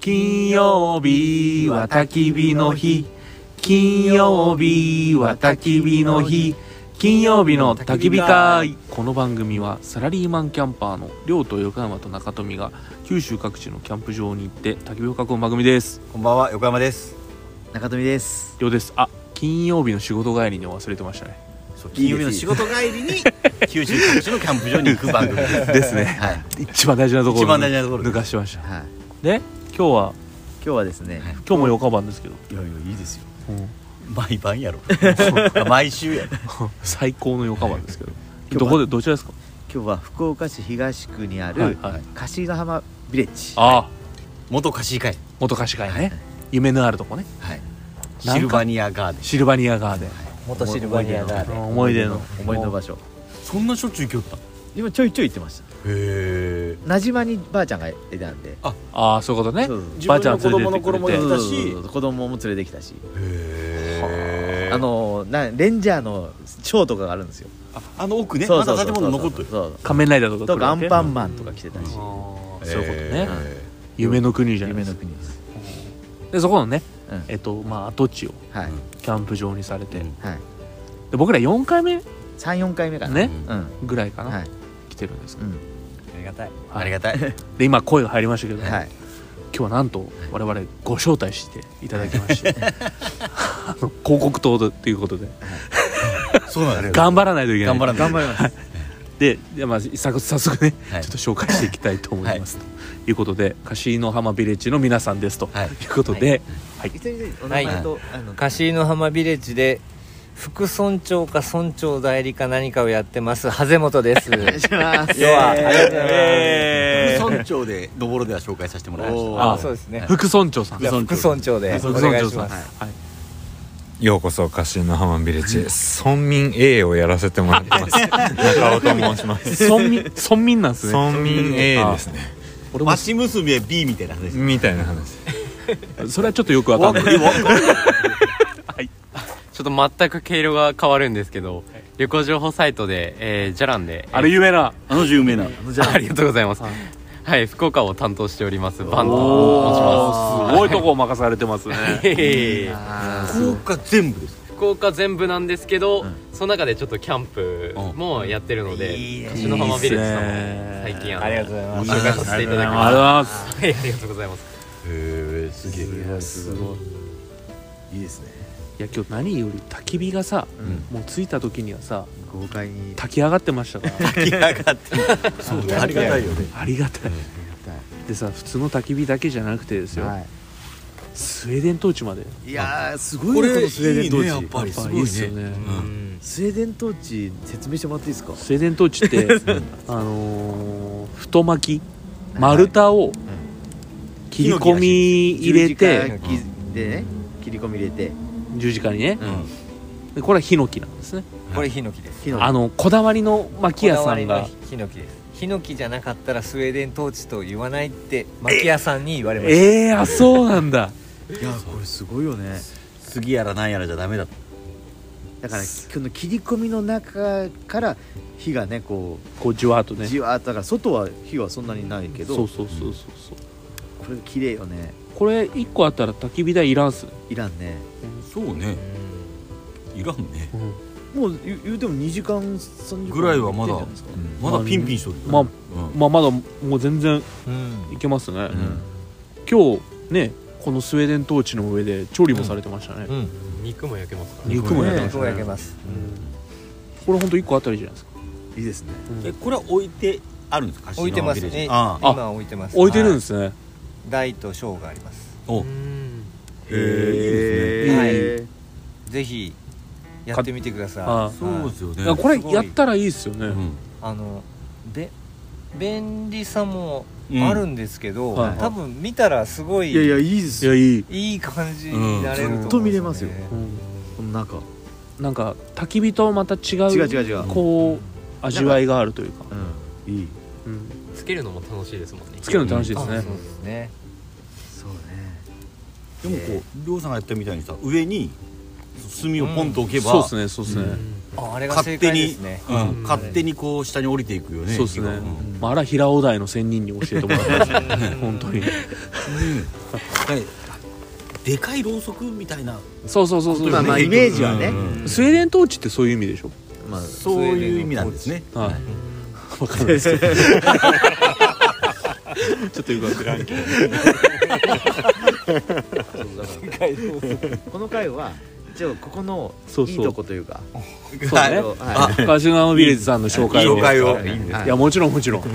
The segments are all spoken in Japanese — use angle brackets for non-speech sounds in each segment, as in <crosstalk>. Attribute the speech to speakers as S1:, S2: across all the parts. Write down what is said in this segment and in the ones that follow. S1: 金曜日は焚き火の日金曜日は焚き火の日金曜日の焚き火会この番組はサラリーマンキャンパーの亮と横山と中富が九州各地のキャンプ場に行って焚き火を囲む番組です
S2: こんばんは横山です。
S3: 中富です
S1: 亮ですあ金曜日の仕事帰りに忘れてま
S2: <laughs>
S1: したね
S2: そう
S3: 金曜日の仕事帰りに九州各地のキャンプ場に行く番組です
S1: ですね
S3: はい、はい、
S1: 一番大事なところ
S2: 一番大事なところ
S1: 抜かしてましたで今日は
S3: 今日はですね、
S1: 今日も横番です
S2: <laughs>
S1: けど、
S2: いやいやいいですよ。
S1: うん
S2: 毎晩やろ。毎週やろ。
S1: 最高の横番ですけど
S3: 今日
S1: ど
S3: は
S1: こでどちらですか
S3: 今日は福岡市東区にあ
S1: はい
S3: る
S1: はい
S3: 樫ヶ浜ビレッジ
S1: ああ
S2: 元貸し会。
S1: 元貸し会ね、
S3: はい
S1: 夢のあるとこね
S3: はい
S1: なんか
S2: シルバニアガーデン。
S1: シルバニアガーデン
S3: 元シルバニアガーデン
S1: 思い出の
S3: 思い出の場所
S2: そんなしょっちゅう行きよっ
S3: 今ちょいちょい行ってました
S2: た。へえ。
S3: 名島にばあちゃんがいたんで
S1: ああそういうことね
S3: そうそう
S2: 自
S1: ばあ
S2: 分
S1: ちゃん
S2: の子
S1: 連れてっ
S2: 供の
S1: て
S2: 頃も
S1: くれ
S2: や
S1: て
S2: ったし。
S3: そうそうそう子供も連れてきたし
S2: へえ。
S3: あのなレンジャーのショーとかがあるんですよ、
S2: ああの奥ね。
S3: そ
S2: ま
S3: うそう
S2: だ
S3: そう
S2: 建物残っとる。
S3: そうそう
S1: 仮面ライダーとか
S3: とかアンパン
S1: ン
S3: マンとか来てたし
S1: そういうことね
S2: へー。
S1: 夢の国じゃないで
S3: 夢
S1: す
S3: の
S1: か
S3: 国です、
S1: でそこのね
S3: うん、
S1: えっとまあ跡地を
S3: はい、
S1: キャンプ場にされて、
S2: うん
S3: はい、
S1: で僕ら4回目
S3: 34回目かな
S1: ね
S3: うん
S1: ぐらいかな、
S3: はい、
S1: 来てるんですけ
S3: う
S1: ど、
S3: ん
S2: ありがたい。
S1: はい
S2: ありがたい。
S1: で今声が入りましたけど、
S3: は
S1: 今
S3: い、
S1: 日はなんと我々ご招待していただきま
S2: <laughs>
S1: してあの広告塔ということで
S2: そうなんです。
S1: 頑張らないといけない
S2: 頑張らない。
S3: 頑張ります
S1: でで、まあ、早速早速ね、
S2: はい
S1: ちょっと紹介していきたいと思います、ということで樫の浜ビレッジの皆さんですと、
S2: はい
S1: い、うことで、はい
S3: 一緒にお名前とあの
S4: 樫の浜ビレッジで副村長か村長代理か何かをやってますハゼモトです
S3: お願いします
S2: 今
S3: <laughs>
S2: 日はありがとうございます
S1: えー
S2: 副村長でどぼろでは紹介させてもらいました。
S1: あ
S4: あそうですね
S1: 副村長さん
S4: じゃあ
S2: 副
S4: 副
S2: 村
S4: 村長で
S1: 副
S4: お
S1: 村
S4: 願い
S1: 長
S4: し
S1: さん
S4: ま
S1: はい
S4: す、
S5: ようこそカシの浜ビレッジへ村民 A をやらせてもらってます <laughs> 中尾と申します
S1: 村民村民なんですね
S5: 村民 A ですね
S1: 俺も
S2: 足娘は B みたいな話です。
S5: みたいな話
S1: それはちょっとよくわかんない
S6: ちょっと全く毛色が変わるんですけど、旅行情報サイトで、えー、ジャランで、えー
S1: あれ有名な
S2: あの有名な。
S6: ありがとうございます。はい、福岡を担当しております、バンと
S1: おーすごいとこを任されてますね
S6: 申します。
S2: 福岡全部です。
S6: 福岡全部なんですけど、その中でちょっとキャンプもやってるので、樫の浜ビレッジさんも最近あの
S4: ありがとうございます
S6: 紹介させていただ
S1: あ
S6: き
S1: りがとうござい
S6: ま
S1: ます
S6: す。はい、ありがとうございます。
S2: へえ、すげえ。
S1: すごい
S2: いいですね。
S1: いや今日何より焚き火がさ、もう着いた時にはさ
S3: 豪快に
S1: 炊き上がってましたから
S2: 出来上がって。 <laughs> そうね。ありがたいよね。
S1: ありがたいでさ普通の焚き火だけじゃなくてですよ、
S3: は
S1: スウェーデントーチまで
S3: いいやーすごい
S2: こ
S3: ねこ
S2: れ
S3: のスウェーデ
S2: い
S3: ン
S2: い
S3: トー
S2: ね
S3: チ
S2: やっぱり
S1: やっ
S2: す
S1: ぱ
S2: ご
S1: いい
S2: い
S1: っ
S2: ね。
S1: すよね
S6: うん
S3: スウェーデントーチ説明してもらっていいですか
S1: スウェーデントーチって
S2: <laughs>
S1: あのー太巻き丸太を切り込み入れて
S3: 十字架でね切り込み入れて
S1: 十字架にね
S2: う、ん。
S1: でこれはヒノキなんですね
S4: これヒノキです
S3: 火の
S1: あのこだわりの巻
S4: こ
S1: 屋
S4: だ
S1: さ
S4: わ
S1: ん
S4: り
S1: が
S4: のヒノキですヒノキじゃなかったらスウェーデントーチと言わないって巻屋さんに言われまし
S1: えー、あそうなんだ <laughs>
S3: いやこれすごいよね
S2: 次やらなんやらじゃダメだ。
S3: だからこの切り込みの中から火がねこ
S1: こうじわっと
S3: う
S1: ね
S3: じわーっとだから外は火はそんなにないけど
S1: そう
S3: こ
S1: そうそうそうそう
S3: れ綺麗よね
S1: これ一個あったら焚き火台いらんっすね、
S3: いらんね
S2: そうね。いらんね。
S3: もう言う言うても2時間3時間
S2: ぐらいはまだ
S3: 行ってんじゃないですか
S2: まだピンピンしとる。
S1: まあ
S2: うん
S1: まあまだもう全然
S4: た、うん
S1: いけますね、
S2: うん
S1: 今日ねこのスウェーデントーチの上で調理もされてましたね、
S4: うん、
S6: 肉も焼けますから、
S1: 肉もやってました
S4: そう
S1: ね
S4: やけます
S1: これほんと1個あたりじゃないですか
S3: いいですね
S2: えこれは置いてあるんですか。
S4: 置いてます
S2: 柏のビレッ
S4: ね
S2: ジああ。
S4: 今置いてます
S1: 置いてるんですすね、
S4: 大と小があります
S2: お。
S6: うん
S2: へえ。
S3: ーい
S4: はいぜひやってみてください
S1: あ
S2: そうですよ
S1: いや
S2: ね。
S1: これやったらいいですよね、
S2: うん。
S4: あのべ便利さもあるんですけど、
S1: うんはい
S4: 多分見たらすごい
S3: いやいやいいです
S1: いや
S3: よ
S1: いい、
S4: いい感じになれると思うん
S1: う
S4: ですよね、
S1: んずっ
S3: と見れますよ
S1: うん
S3: この中
S1: なんか焚き火とまた違う
S3: 違う違う違う
S1: こう味わいがあるというか
S3: うんいい
S1: うん
S6: つけるのも楽しいですもんね。
S1: つけるの楽しいで
S4: あ
S1: す
S4: そう
S1: ね、
S4: ですね
S3: そうね
S2: でもこうりょうさんがやったみたいにさ上に炭をポンと置けば、
S1: そうですねそうですね、
S4: ああれが
S2: 勝
S4: 正
S2: 手
S4: 解で
S2: に、
S4: すね
S2: うん勝手にこう下に降りていくよね
S1: そうですね
S2: 火がん
S1: まあ、あら平尾台の仙人に教えてもらいましたね本当に
S2: はいでかいろうそくみたいな
S1: そうそうそうそう、
S3: まあまあイメージはね、
S1: スウェーデン統治ってそういう意味でしょ
S3: まあ、
S2: そういう意味なんですね
S1: はい分かんないですけどちょっとよくわからんけど
S3: この回は一応ここの
S1: そうそう
S3: いいとこというか
S1: そうだね
S3: は
S1: カシュナムビレッジさんの紹介を
S2: 紹介を
S3: いはい
S1: いやもちろんもちろんい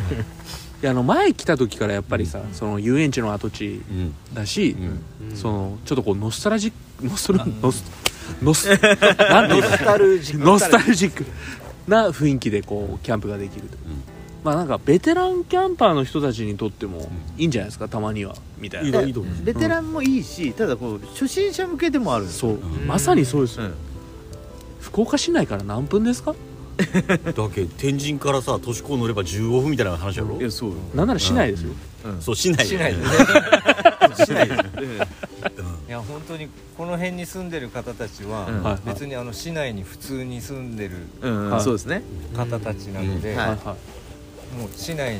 S1: やあの前来た時からやっぱりさその遊園地の跡地
S2: うん
S1: だし、
S2: うん
S1: そのちょっとこうノスタルジックノストラノスノスなんていうのノスタルジックな雰囲気でこうキャンプができると、
S2: ん
S1: まあなんかベテランキャンパーの人たちにとってもいいんじゃないですかたまにはみたい
S2: い
S1: ない
S2: といいと思う
S3: ベテランもいいしただこう初心者向けでもあるんです
S1: そ
S3: よ
S1: う、
S2: ん
S1: まさにそうです
S3: う
S1: よ、
S3: ん
S1: 福岡市内から何分ですか
S2: だけ天神からさ都市高乗れば15分みたいな話やろ
S3: いやそう
S1: なんなら市内ですよ、
S2: そう市内
S4: しないですね <laughs> いや本当にこの辺に住んでる方たちは、
S3: うん
S1: はいはい
S4: 別にあの市内に普通に住んでる
S3: うん、
S1: はい
S3: そうですね
S4: 方たちなので、
S3: うん
S1: は
S3: はいい
S1: はい
S4: もう市内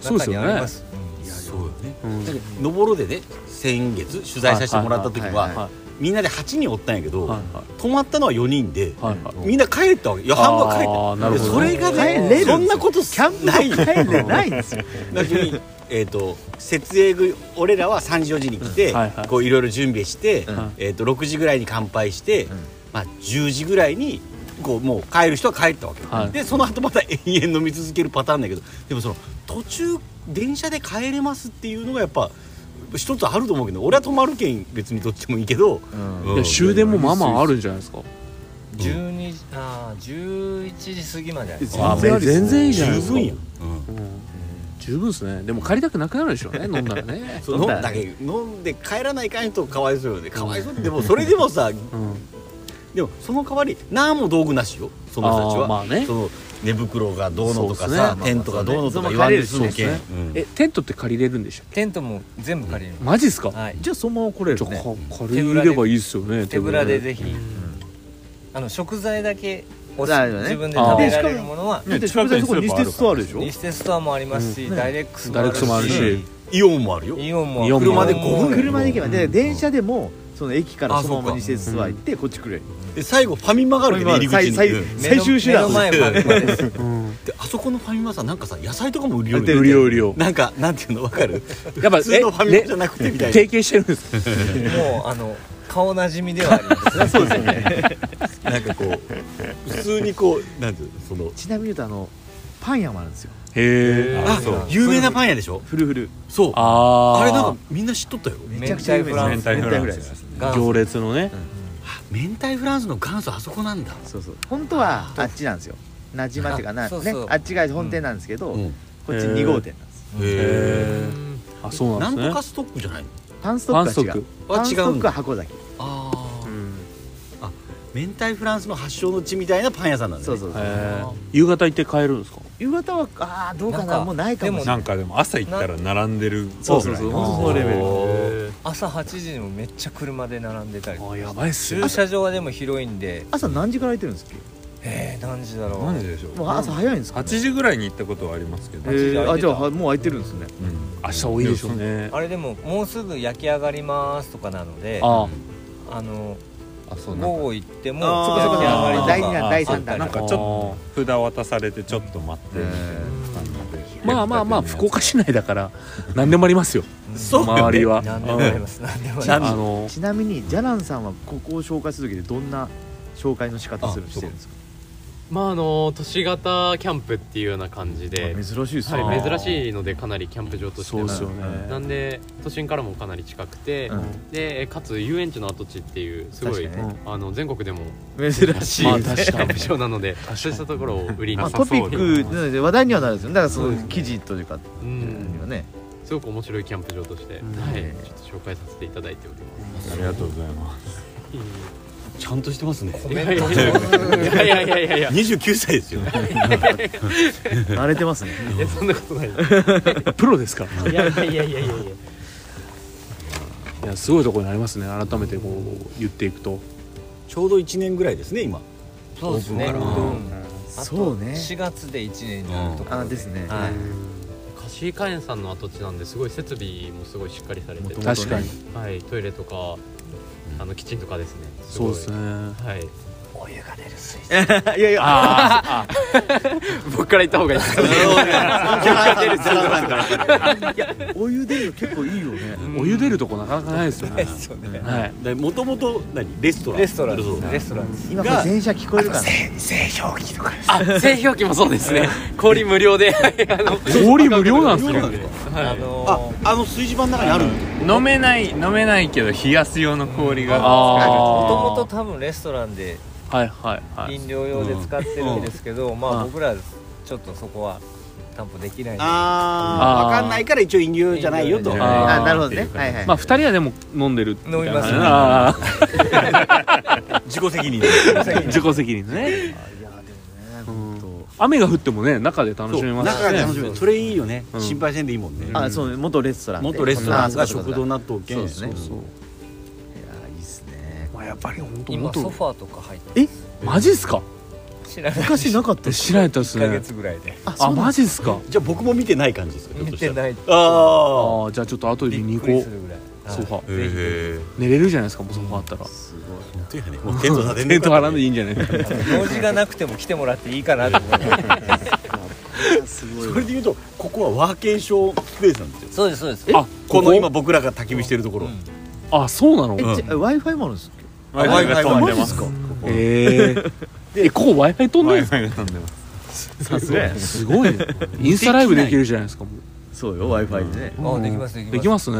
S1: そう
S4: の
S1: です
S4: 中に
S1: よ
S4: あ
S1: ね
S4: ります
S2: いやそうよね
S1: うんはい
S2: 登るでね先月取材させてもらった時
S3: はいはいはい
S2: は
S1: は
S2: みんなで8人おったんやけど
S1: はい
S2: 泊まったのは4人で
S1: はいはい
S2: みんな帰ったわけいや半分は帰
S1: あーなる
S2: っ
S1: ほ
S2: た
S1: ど
S2: それが
S3: 帰れるんで
S2: ね
S3: すよ
S2: そんなことキャないよ
S3: 帰れないんですよ
S2: だけど <laughs> えっと設営ぐ俺らは3時4時に来て
S1: うんはいはい
S2: こういろいろ準備して
S1: ん
S2: えっと6時ぐらいに乾杯して
S3: ん
S2: まあ10時ぐらいにこうもう帰る人は帰ったわけよ
S1: はい
S2: でその後また延々飲み続けるパターンだけどでもその途中電車で帰れますっていうのがやっぱ一つあると思うけど俺は泊まる券別にどっちもいいけど
S3: うん
S1: いや終電もまあまああるんじゃないですか
S4: 12あー11時過ぎまであります
S1: あ
S3: 全然あり
S1: 全然いいじゃない
S2: 十
S1: ですか
S2: 分やん
S1: うん十分ですねでも帰りたくなくなるでしょうね飲んだらね
S2: そう飲んだけ飲んで帰らないかんとかわいそうよねかわいそうでもそれでもさ
S1: うん
S2: でもその代わり何も道具なしよその人たち
S1: あー
S2: は
S1: まあね
S2: その寝袋がどうのと
S1: そう
S2: か
S1: っすねまあ
S2: さ、
S1: まあ
S2: テントがどうのと
S3: そう
S2: か
S3: ね
S2: 言われる
S3: そ
S2: し
S3: う
S2: ね
S3: です
S1: ね
S2: うん
S1: えテントって借りれるんでしょ
S4: テントも全部借りる、
S1: マジっすか、
S4: はい、
S3: じゃあそのまま来れ
S1: じゃ
S3: る
S1: あ
S3: ね
S1: か借りれればいいっすよね
S4: 手ぶらで
S1: 手
S4: ぜひ、あの食材だけお
S3: だよね
S4: 自分で食べられるものは
S3: だって食材そこに西鉄ストアあるでしょ
S4: 西鉄ストアもありますし、
S3: うん
S4: ダイレックスも
S1: ダイレックスもあるし
S2: イオンもあるよ
S4: イオンも
S1: イオンも
S2: ある車で五分
S3: 車で行けば
S1: うん
S3: で電車でもその駅から
S2: あ
S3: そのま
S2: そう
S3: ま
S2: か
S3: 西鉄ストア行ってこっち来るよ
S2: で最後ファミマがあるけど、ね、入り口
S3: 最
S2: に
S3: 最
S2: うん
S3: 最終手段
S4: 目の目の前までで
S1: ぶ
S4: す
S1: らで、うん、
S2: であそこのファミマさなんかさ野菜とかも売りよ
S1: 売りよ売りよ
S2: なんかなんていうのわか
S1: <laughs>
S2: る
S1: やっぱ
S2: 普通のファミマじゃなくてみたいな
S1: 提携してるんです
S4: もうあの顔なじみではあります
S6: <laughs>
S4: ね
S2: なんかこう普通にこうなんていうのその
S3: ちなみに言うとあのパン屋もあるんですよ
S1: へえ
S2: あ
S5: そう
S2: 有名なパン屋でしょ
S3: フルフル
S2: そうあ
S1: あー
S2: れなんかみんな知っとったよ
S4: 明
S3: めちゃ
S4: 太
S3: くちゃ有名
S4: フ
S3: です
S4: ラ
S5: 明
S4: ンス
S5: 太
S3: 明太フ
S5: フランス
S3: ランス
S5: ですね
S4: 元祖
S1: 行列のね、
S2: 明太フランスの元祖あそこなんだ
S3: そうそう本当はあっちなんですよなじまっていうかな
S4: あそう
S3: ね
S4: そう
S3: あっちが本店なんですけど
S2: うん
S3: こっち2号店なんです
S2: へ
S1: へえあそうな
S2: な
S1: ん
S2: ん
S1: です
S2: と
S1: ね
S2: かストックじゃないの
S3: パンスト
S1: パン
S3: ッ
S1: スト
S3: ク
S1: ッ
S3: は違う
S1: ク
S2: あ
S3: パン
S2: 違
S3: ス
S2: う
S3: ト
S2: ん
S3: ック
S2: だ
S3: は箱崎
S2: ああ
S1: うん
S2: 明太フランスの発祥の地みたいなパン屋さんなんだ
S3: そう
S2: ね
S3: そう
S1: へ
S3: そう
S1: え夕方行って帰るんですか
S3: 夕方はああどうか
S4: なん
S3: な
S4: か
S3: もうないかもしれない
S5: なんかでも朝行ったら並んでる
S3: そうそうそう
S5: ぐらい
S3: 本当そのレベル
S4: 朝8時にもめっちゃ車で並んでたり
S1: あーやばいっすね
S4: 駐車場はでも広いんで
S3: 朝何時から空いてるんですっ
S4: えー、何時だろう
S5: 何時でしょ
S3: け
S5: う
S3: もう朝早いんですか
S5: 8時ぐらいに行ったことはありますけど、
S3: へーあ
S4: 8時
S3: じゃあはもう空いてるんですね
S5: うん
S1: 明日多いでしょうね
S4: あれでももうすぐ焼き上がりますとかなのであ
S1: あ
S4: の
S5: あそ
S4: 午
S5: うなんか
S4: 後行っても
S3: あー
S4: 焼き上がりとか
S3: 第二弾第
S4: あっ
S3: 三
S4: た
S3: 弾
S4: り
S5: なんかちょっと札渡されてちょっと待ってみたいな感じで
S1: まあまあまあ福岡市内だから何でもありますよ
S2: そうよね
S1: 周りは
S4: 何でもあります何でもあり
S1: あ
S4: ま
S1: の
S3: ちなみにジャランさんはここを紹介する時でどんな紹介の仕方する
S2: あ
S3: してるんですか
S6: <laughs> まああの都市型キャンプっていうような感じで、
S3: 珍しいですね
S6: はい、珍しいのでかなりキャンプ場として
S1: そう
S6: は
S1: っすよね
S6: なんで都心からもかなり近くて、
S3: うん
S6: でかつ遊園地の跡地っていうすごい、
S3: 確かに
S1: ね
S6: あの全国でも
S3: 珍しい
S6: キ
S1: まあ
S6: ャ
S1: 確か
S6: ン
S1: に
S6: プ場なのでそうしたところを売りに
S3: まあ、
S6: さ
S3: トピ
S6: そうで
S3: ックなので話題にはなるんですよねだからそ
S6: そう
S3: の
S6: ですね
S3: 記事というか
S6: う
S3: には
S6: ん、
S3: ね
S6: すごく面白いキャンプ場として、
S1: うん
S6: はい、ちょっと紹介させていただいておりま
S5: ありがとうございます
S2: ちゃんとしてますね
S4: すコ
S6: す。い
S4: メン
S6: やい
S4: ト
S6: やいやいやいやいやいやい
S2: 29歳ですよ
S3: 慣れてますね
S6: やそんなことない。
S1: プロですから
S6: いやいやいやいやいや。
S1: いやすごいところになりますね改めてこう言っていくと
S2: ちょうど1年ぐらいですね今
S4: そうですね
S2: オープンから
S3: そうね
S4: 4月で1年になるところ
S3: あですね
S4: はい
S6: 貸井花園さんの跡地なんですごい設備もすごいしっかりされてて、
S3: 元々
S1: 確かに
S6: はい、トイレとかあのキッチンとかですねす
S1: そ
S6: ご
S1: う
S6: い
S1: ですね
S6: はい
S4: お湯が出る水槽
S6: <laughs>
S3: いやいや
S1: あー
S6: 僕から言った方がいいですか
S3: お湯出るの結構いいよね
S1: あお湯出るとこなかなかないですよね
S4: ですよね
S1: はい
S2: もともと何レストラン
S4: レストランで
S2: そう
S4: すねレストランです
S3: 今これ電車聞こえるかな
S6: あ製氷機もそうですね氷無料であの
S1: 氷無料なんです
S2: 無料な
S1: よ
S2: んですか
S4: あのー
S2: ああの炊事場の中にあるんで
S7: 飲めない飲めないけど冷やす用の氷が
S1: あ
S4: もともと多分レストランで
S1: はいはいはい
S4: 飲料用で使ってるんですけど、ま
S1: う
S4: あ
S1: ん
S4: 僕らちょっとそこは担保できないんで
S2: ああ
S1: あー
S2: 分かんないから一応飲料じゃないよと
S4: 飲料
S1: じゃない
S3: あなるほどねはいはい
S1: まあ二人はでも飲んでるみたいな
S4: 飲みますね
S1: あ
S2: 自己責任
S6: <laughs>
S1: ー自己責任ねうん <laughs> 雨が降ってもね中で楽しめます
S2: 中
S1: し
S2: が
S1: ね
S2: 楽しめるそれいいよね
S1: うん
S2: 心配せんでいいもんね
S1: うん
S3: あそうね元レストランで
S2: 元レストランが
S3: あそうかそう
S2: 食
S3: か
S2: 堂納豆兼
S3: そうですね
S1: そう
S3: いやいいっすね
S1: まあやっぱり本当
S4: 今ソ
S1: 元
S4: ファーとか入って
S3: え
S1: マジっすか
S4: 知らない
S3: 昔なかった
S1: え知られたっす
S4: 1ヶ
S1: ね
S4: 月ぐらいで
S1: あマジっすか
S2: じゃあ僕も見てない感じですか
S4: 見て
S2: い
S4: ない
S2: あ
S1: ああじゃあちょっと後で見
S4: び
S1: に
S4: っ
S1: 行
S4: くり
S1: こ
S4: するぐらいう
S1: ソファ
S5: へえ
S1: 寝れるじゃないですかもうソファあったら
S2: あ本当やねもうテント張ってん
S1: 手
S2: の
S1: と
S2: か
S1: 張らんでいいんじゃない
S4: あの用事がなくても来てもらっていいかなと思って
S1: <laughs>
S3: すごい
S2: それでいうとここはワーケーションスペースなんですよ
S4: そうですそうです
S1: あ
S2: この今僕らが焚き火してるところ
S1: あそうなの
S3: え、じゃ Wi-Fi もあるんですっけ
S5: ワイファイが飛ん
S3: マ
S5: で
S3: ジ
S5: ま
S3: っ
S5: す
S3: すか
S1: えーえここ w i f i 飛んで
S5: ワ
S1: るんですか
S5: イファイが飛んでます
S2: さすが
S1: <laughs> すごいねインスタライブできるじゃないですかもう
S3: そうよ Wi-Fi でね
S4: あできますできます
S1: できますね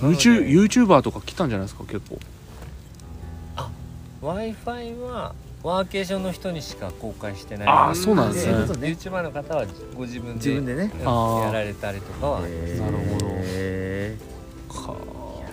S4: うん、
S1: YouTube YouTuber とか来たんじゃないですか結構
S4: w i f i はワーケーションの人にしか公開してない
S1: あーそうなんで
S3: で
S1: すす
S3: ね
S1: ね
S3: そうね
S4: YouTuber の方はご自分で
S3: 自分でね
S4: うん
S1: あー
S4: やられたりとかは
S1: なるほど
S3: へ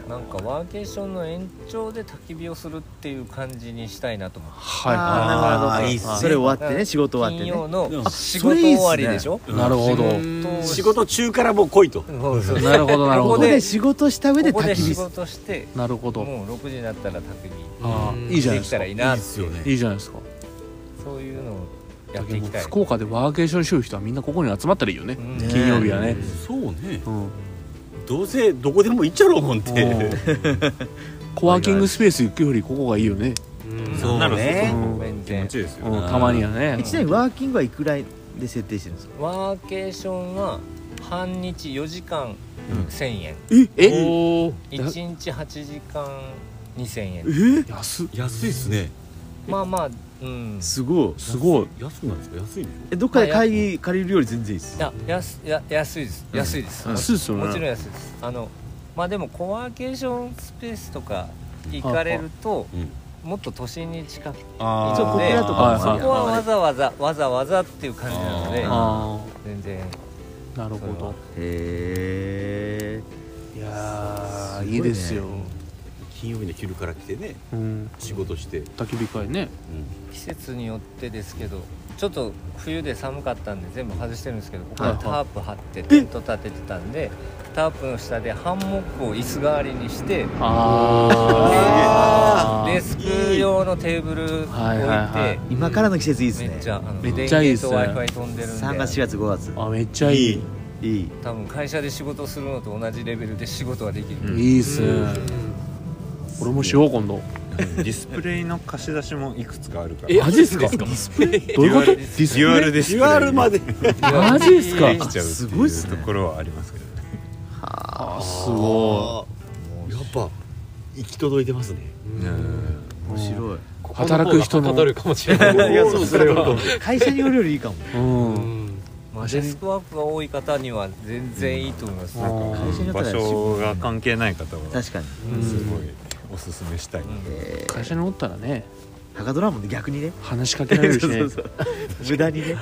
S4: なんかワーケーションの延長で焚き火をするっていう感じにしたいなと思って
S3: ー
S1: はい
S3: あーなるほど
S2: いいっすね
S3: それ終わってね仕事終わっ
S4: 金
S3: て
S4: 曜
S3: ね
S2: うん
S4: の
S2: あ
S4: 仕
S3: そ
S4: 事
S3: れいいっすね
S4: 終わりでしょ
S1: なるほど
S2: 仕事中からもう来いと
S4: そうそう
S1: なるほどなる
S3: こ
S1: ほ
S3: こ
S1: ど
S3: で仕事した上で
S4: ここ
S3: 焚
S4: で
S3: き火
S4: 仕
S3: する
S4: 事して
S1: なるほど
S4: もう6時になったら焚き
S1: あ
S6: うん
S1: ーいいじゃないで
S4: 火でき
S1: す
S4: た
S1: からい
S4: いいなって
S2: すよね
S1: いじゃないですか
S4: そういうのをやっていきたい
S1: 福岡でワーケーションしよう人はみんなここに集まったらいいよね
S4: うん
S3: ね
S1: 金曜日はね
S2: そうね
S1: うん
S2: どうせどこでも行っちゃろうもんって
S1: コワーキングスペース行くよりここがいいよね
S6: うん
S2: そう
S5: なるほど
S2: ね
S1: うん
S4: 全
S5: 気持
S4: 然
S5: ちいいですよ
S1: うんたまにはね
S3: ちなみにワーキングはいくらいで設定してるんですか
S4: ワーケーションは半日4時間1000円
S1: え
S4: 1日8時間2000円
S1: 安っ
S2: <laughs> 安いっすね
S4: まあまあうん
S3: すごい
S1: すごい
S2: 安くないですか安いんでし
S3: えどっかで会議借りるより全然いいです
S4: いや安や安いです安いです、
S1: 安いっすよ
S4: もちろん
S1: ね
S4: 安いですあのまあでもコワーケーションスペースとか行かれると
S2: うん
S4: もっと都心に近く
S2: ょあ
S4: ーちょっと僕ら
S3: と
S1: かもそ
S4: そこ
S1: う
S3: やな
S4: はわざわざわざわざっていう感じなので
S1: あ
S4: 全然
S1: あなるほど
S3: へえ
S1: いや
S3: すごい
S1: ー
S3: ね
S1: いいですよ
S2: 金曜日の昼から来てね
S1: うん
S2: 仕事して
S1: 焚き火会ね
S4: 季節によってですけどちょっと冬で寒かったんで全部外してるんですけどここ
S1: は
S4: はい
S1: はい
S4: タープ張ってテント立ててたんでタープの下でハンモックを椅子代わりにして
S1: あ
S4: デ
S1: ー
S4: スク用のテーブル置いて、
S1: はいはいはい
S3: 今からの季節いいですね
S4: めっちゃあの
S1: めっちゃいいっすね
S4: 電源と Wi-Fi 飛んでるんで
S3: 3月4月5月
S1: あめっちゃいい
S2: いい
S3: いい
S4: 多分会社で仕事するのと同じレベルで仕事はできる、
S1: いいっすね俺もしよう今度
S5: ディスプレイの貸し出しもいくつかあるから
S1: マジっすかどういうこと
S5: ディスデュアルディスプレイ
S2: デュアルま <laughs> で
S1: マジっすか
S5: できちゃうっていうところはありますけどね
S1: あすご
S2: やっぱ行き届いてますね
S1: い
S3: 面白い
S1: うん働く人
S6: こ
S1: の
S6: この方がはかどるかもしれない
S2: いやそうそれは
S3: <laughs> 会社によるよりいいかも
S1: うん
S4: まあ、デスクワークが多い方には全然いいと思います、
S1: うん
S4: なんか
S5: なんか
S3: 会社によっては
S5: 場所が関係ない方は
S3: 確
S5: す
S3: かに
S5: ごいおすすめしたい
S1: 会社におったらね
S3: ハカドラもね逆にね
S1: 話しかけられ <laughs> るしね
S3: そうそうそう無駄にね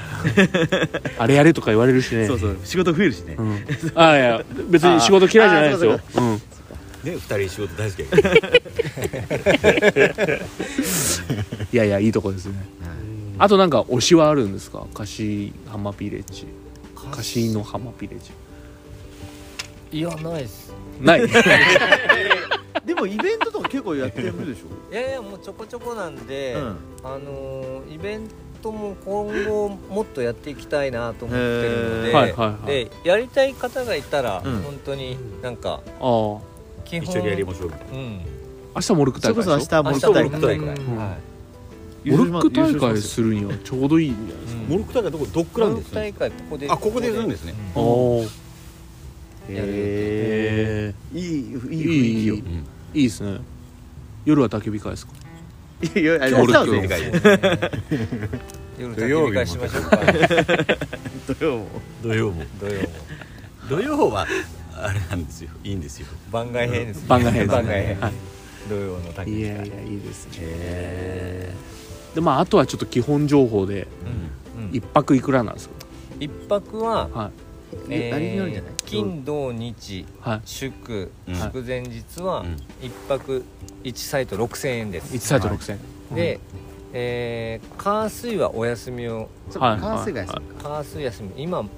S1: あれやれとか言われるしね
S3: そうそう仕事増えるしね
S1: うん、あいや別に仕事嫌いじゃないですよ
S3: あー
S1: うん
S2: ね二人仕事大好きやけど
S1: <laughs> いやいやいいとこですねあとなんか推しはあるんですかカシハマピレッジカシのハマピレッジ
S4: いやないです
S1: ない
S3: でもイベントとか結構やってるでしょ
S4: いやいやもうちょこちょこなんで、
S3: うん
S4: あのーイベントも今後もっとやっていきたいなと思ってるの
S3: へ
S4: で,、
S3: ーはい
S1: はいはい
S4: でやりたい方がいたら、
S3: うん
S4: 本当になんか
S1: ああ明
S4: 基本
S2: 一緒にやりましょうみたいな
S4: うん
S1: 日モルック
S3: そ
S1: 大会
S3: れこ
S1: でし
S3: そ明
S1: ょ
S3: 日モルック大
S4: 明
S3: 会
S4: 日モルック大会
S1: うん
S4: はい
S1: モルック大会するにはちょうどいいんじゃないですか
S2: モルック大会どこドッグランですね
S4: 大会ここで
S2: あここでやるんですね
S1: あー
S3: へえいいいい雰囲気
S1: い
S3: よ
S1: いいいですね夜は焚き火会ですか
S3: いやいや
S2: モルッ
S3: 明
S2: ク
S3: 日
S2: 大
S3: はね
S2: 会
S4: 夜
S5: 土曜
S4: 焚
S5: 日
S4: き火会し
S5: も
S4: ましょうか
S3: 土曜も
S2: 土曜も
S4: 土曜も
S2: 土曜はあれなんですよいいんですよ
S4: 番外編ですね
S1: 番外編
S4: 番外編
S1: はい
S4: 土曜の焚き
S1: い
S4: 火
S1: や
S4: 会
S1: いやいいですねでまああとはちょっと基本情報で
S4: うん
S1: 一泊いくらなんです
S4: 一泊は
S1: かは
S3: え何によるんじゃない
S4: えー金土日
S1: いは
S4: 祝、
S2: うん
S4: 祝前日は
S2: うん
S4: 一泊一サイト6000円です
S1: い1サイト6000円
S4: で、えー、火水はお休みを
S3: そっ
S1: は
S3: か
S1: い
S3: 関西が安いか
S4: 火水休み今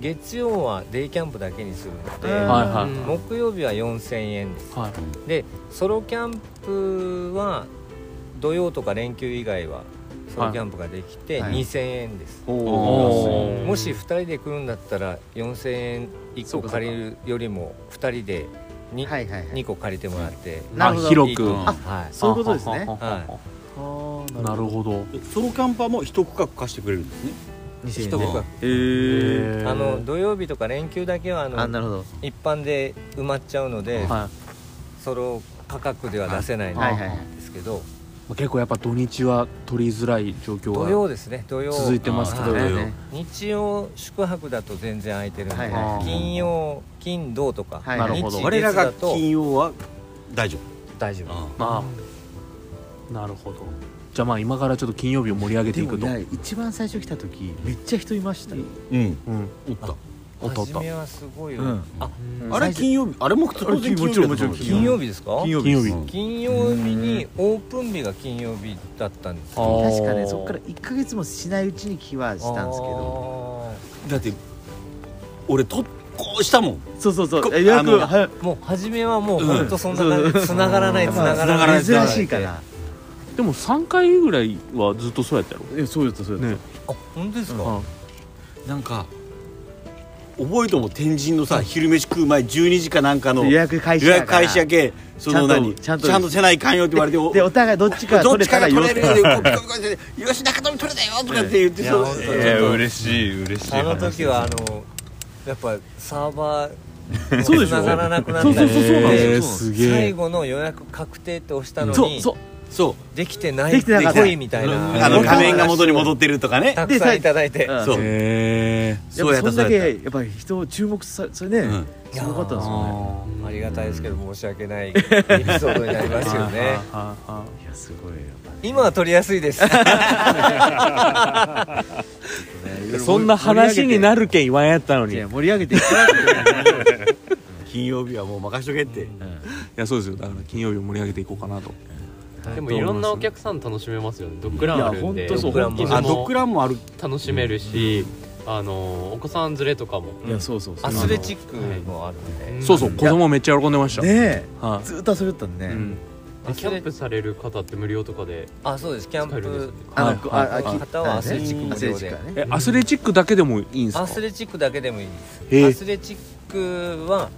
S4: 月曜はデイキャンプだけにするので、
S1: はいはい
S6: うん
S4: 木曜日は4000円です
S1: はい
S4: でソロキャンプは土曜とか連休以外はソロキャンプができて
S3: はい
S4: 2000円です、
S1: おー
S4: もし2人で来るんだったら4000円1個借りるよりも2人で 2,、
S3: はいはいはい
S4: 二個借りてもらって
S3: なるほど
S1: あ広く
S4: いいと
S1: あ
S4: 思うはい
S3: そういうことですね
S1: は
S3: あ
S1: いなるほど
S2: ソロキャンパーも一区画貸してくれるんですね
S3: 2000
S4: 一区画
S3: へえ
S1: へー
S4: あの土曜日とか連休だけはあの
S3: あなるほど
S4: 一般で埋まっちゃうので、
S1: はいま
S4: ソロ価格では出せない
S1: はい
S3: はいはい
S4: んですけど、
S1: あ結構やっぱ土日は取りづらい状況
S4: 土
S1: が
S4: 曜ですね土曜
S1: 続いてますけど
S4: は
S1: ね
S4: い日曜宿泊だと全然空いてるんで、
S3: はい
S1: はい
S4: 金曜金土とか、
S3: はいなる
S1: ほど
S4: 日
S2: 我ら
S4: 月
S2: が
S4: だと
S2: 金曜は大丈
S4: 大丈夫
S2: 夫
S1: まあなるほどじゃあまあ今からちょっと金曜日を盛り上げてい
S3: でも
S1: くと
S3: ね一番最初来た時めっちゃ人いましたよ
S2: うん
S1: うん
S2: おった
S1: おっとおっ
S4: 初
S1: と
S4: めはすごいよ、
S3: うん
S4: あ
S2: あれ金曜日あれも当然金曜日だと思う
S3: もちろんもちろん
S4: 金曜日ですか
S3: 金曜
S1: 金曜
S2: う
S1: 日
S2: ん
S4: 金曜日にオープン日が金曜日だったんです
S1: あー
S3: 確かねそこから1か月もしないうちに来はしたんですけど
S4: ど
S2: だって俺特攻したもん
S3: そうそうそう
S2: こ
S3: え予
S2: あの
S3: 約は
S4: もう初めはもう
S2: うん
S4: 本当そんな感じで繋がらない
S3: まあ
S4: 繋がらない
S3: 珍しいから
S1: でも3回ぐらいはずっとそうやったや
S3: えそうよとそう
S1: ろ
S3: よ
S1: ね
S4: あ本当ですか、
S1: うん
S2: なんか覚えても天神のさ昼飯食う前12時かなんかの
S3: と予約開始
S2: 予
S3: や
S2: 約
S3: から
S2: 開始やけその何
S3: ち
S2: ち
S3: ゃ
S2: ゃ
S3: ん
S2: ん
S3: と
S2: とせないかんよって言われてお
S3: でお互いどっちか
S2: どっ
S3: 取れ
S2: ち
S3: た
S2: からが
S3: よ
S2: 取れ
S3: く
S2: るよでこうこうこうして「よし中富取れたよ」とかって言って
S4: い
S2: そ
S4: や
S2: う
S4: 本当
S7: えー、嬉しい嬉しい
S4: あの
S7: 話です
S4: 時はあのやっぱサーバー
S3: そうでしょ
S4: 繋がらなくなっ
S3: そう
S4: て
S3: そうそうそうなん
S1: え
S3: で
S1: ー
S3: す
S1: すげ
S4: 最
S1: え
S4: 後の予約確定って押したの
S3: そう
S4: に
S3: そう
S2: そ
S4: できてない
S3: できてなかった
S4: っぽいみたいな
S2: あの仮面が元に戻
S4: っ
S2: ってるとかね
S4: たくさんいただいて
S3: うん
S2: そう
S1: へえ
S2: そうや
S3: やっ
S2: っ
S3: ぱ
S2: た
S3: そんだ
S2: そう
S3: け
S2: や
S3: や
S2: っ
S3: っぱり人を注目さそれね、
S2: うん
S3: すごかったんですよね
S4: ありがたいですけど申し訳
S6: <laughs>
S4: ないエピソードになりますよね
S3: いやすごいよやっ
S4: 今は取りやすいです
S3: ぱね
S1: そんな話になるけん言わんやったの
S3: い
S1: にい
S3: や盛り上げていくわけだよ
S2: た金曜日はもう任しとけって
S1: やそうですよだから金曜日を盛り上げていこうかなと
S6: でもいろんなお客さん楽しめますよねドッグランあるん
S3: い
S6: で
S3: やほんとそう
S6: ドッグランも
S2: あドッグランもある
S6: 楽しめるし、あのお子さん連れとかも
S3: <laughs> いやそうそうそう
S4: アスレチックもあるんで
S1: そうそう子供めっちゃ喜んでました
S3: ね
S1: は
S3: えずっと遊べたんね、
S1: いうん
S6: でキャンプされる方って無料とかで
S4: あそうですキャン
S6: 使えるんですよ
S4: プ
S6: ね
S3: あ
S1: はい
S3: の、
S1: はい
S3: ああき
S4: 方はアスレチック無
S3: ア
S4: 料で
S3: スレチックはね
S1: えアスレチックだけでもいいんです
S4: ア
S1: か
S4: スレチックだけでもいいです、
S1: へえ
S4: アスレチックは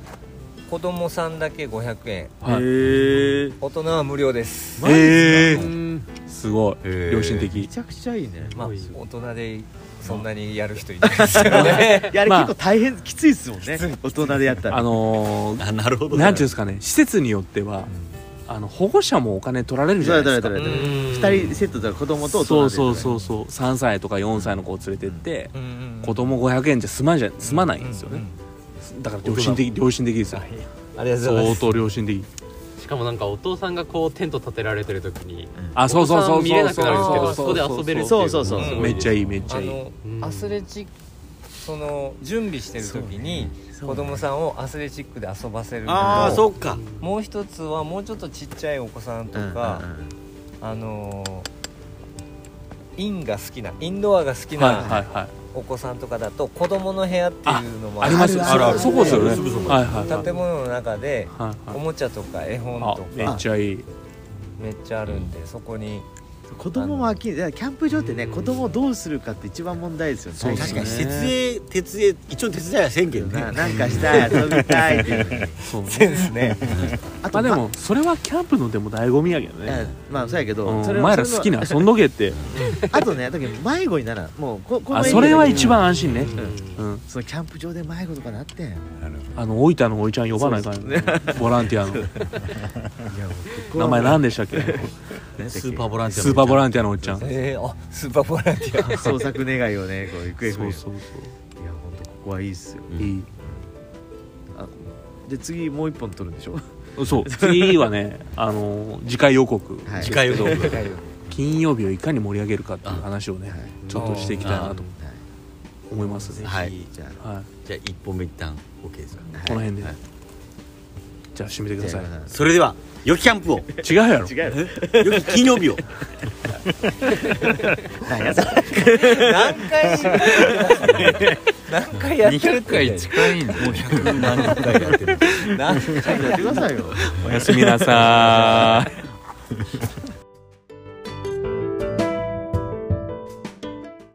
S4: 子供さんだけ500円
S1: はい
S3: へえ
S4: 大人は無料です、
S1: えーすご
S5: へ
S1: い
S5: ー
S1: 良心
S3: め
S1: 的
S3: ちゃくちゃいいね
S4: まあ、
S6: 多い
S4: 大人でそんなにやる人いないですよね
S3: いやあれ
S1: まあ
S3: 結構大変、きついっすもんね大人でやったら
S1: あの
S6: <laughs>
S1: ー
S2: あなるほど
S1: なんていうんですかね施設によってはあの保護者もお金取られるじゃないですか
S3: 取られ
S4: う
S3: 二
S4: ん
S3: 人セットだから子供と大
S1: そ
S3: 人
S1: う
S3: で
S1: そうそうそう3歳とか4歳の子を連れてって
S4: うんうんうん
S1: 子供500円じゃ済まじゃ済まないんですよねだから良心的良心的ですよ
S4: ありがとうございま
S1: 相
S4: す
S1: 当良心的
S6: しかもなんかお父さんがこうテント立てられてる時に
S1: あそうそうそうそう
S6: お子さん見れなくなるんですけ
S1: う
S6: ど
S1: う
S6: そこで遊べるっていう
S3: そうそうそう
S6: すご
S1: め
S6: い
S1: っ
S6: で
S1: ち
S6: す
S1: ゃいいめっち
S4: あ
S1: ゃいい
S4: の
S6: うん
S4: アスレチックその準備してる時に子供さんをアスレチックで遊ばせるのと
S2: ああそっか
S4: もう一つはもうちょっとちっちゃいお子さんと
S3: うんうんうん
S4: か、あのーインが好きなインドアが好き
S1: はいは
S4: ない
S1: はい
S4: お子さんとかだと子供の部屋っていうのも
S1: ありますよ
S3: あるある
S1: そうこですよね
S2: すぐそば
S1: はいはいはい
S4: 建物の中で
S1: はいは
S4: お
S1: い
S4: もちゃとか絵本
S1: あ
S4: と
S1: め
S4: か
S1: っちゃいい
S4: めっちゃあるんでそこに
S3: 子供も飽きるだからキャンプ場ってね子供をどうするかって一番問題ですよね
S1: そうですね
S2: 確かに設営徹営一応手伝いはせんけどね
S3: ななんかしたい遊びたいっていう
S1: <laughs>
S3: のに
S1: そうね
S4: ですね
S3: あと
S1: まあでもそれはキャンプのでも醍醐味やけど
S3: いや
S1: ね
S3: まあそうやけど、
S1: うん
S3: そ
S1: お
S3: れは
S1: 前ら好きな遊んどけって
S3: それはあとねだけど迷子にならんもうここの
S1: あ
S3: エリア
S1: それは一番安心ねうん
S3: そのキャンプ場で迷子とかなってん
S1: あの大分のおいちゃん呼ばないかんよボランティアの名前何でしたっけ
S2: スーパーボランティア
S1: スーパーボランティアのおいちゃんそう
S4: えーあスーパーボランティア
S3: 捜索願いをねこう行方不
S1: そう
S3: 明
S1: そう
S3: いや本当ここはいいっすよ
S2: うん
S1: いい
S3: あで次もう一本取るんでしょ
S1: そう次はねあの次回予告
S3: はい
S2: 次回をどうぞ
S1: 金曜日をいかに盛り上げるかっていう話をねちょっとしていきたいなと思いますね
S2: は
S3: はい
S2: い
S3: じゃあ
S1: は
S2: じゃあ一本目一旦 OK ですか
S1: いこの辺で
S2: はい
S1: じゃあ締めてください
S2: それでは良きキャンプを
S1: 違うやろ
S3: 違う
S2: 良き金
S7: <laughs>
S2: 曜日を
S3: 何やそれ
S4: 何回失敗してる何回やってるっ
S7: 200
S4: て
S7: 回近いんだよ
S2: 何十回やってる
S4: 何
S3: やってくださいよ
S1: おやすみなさーい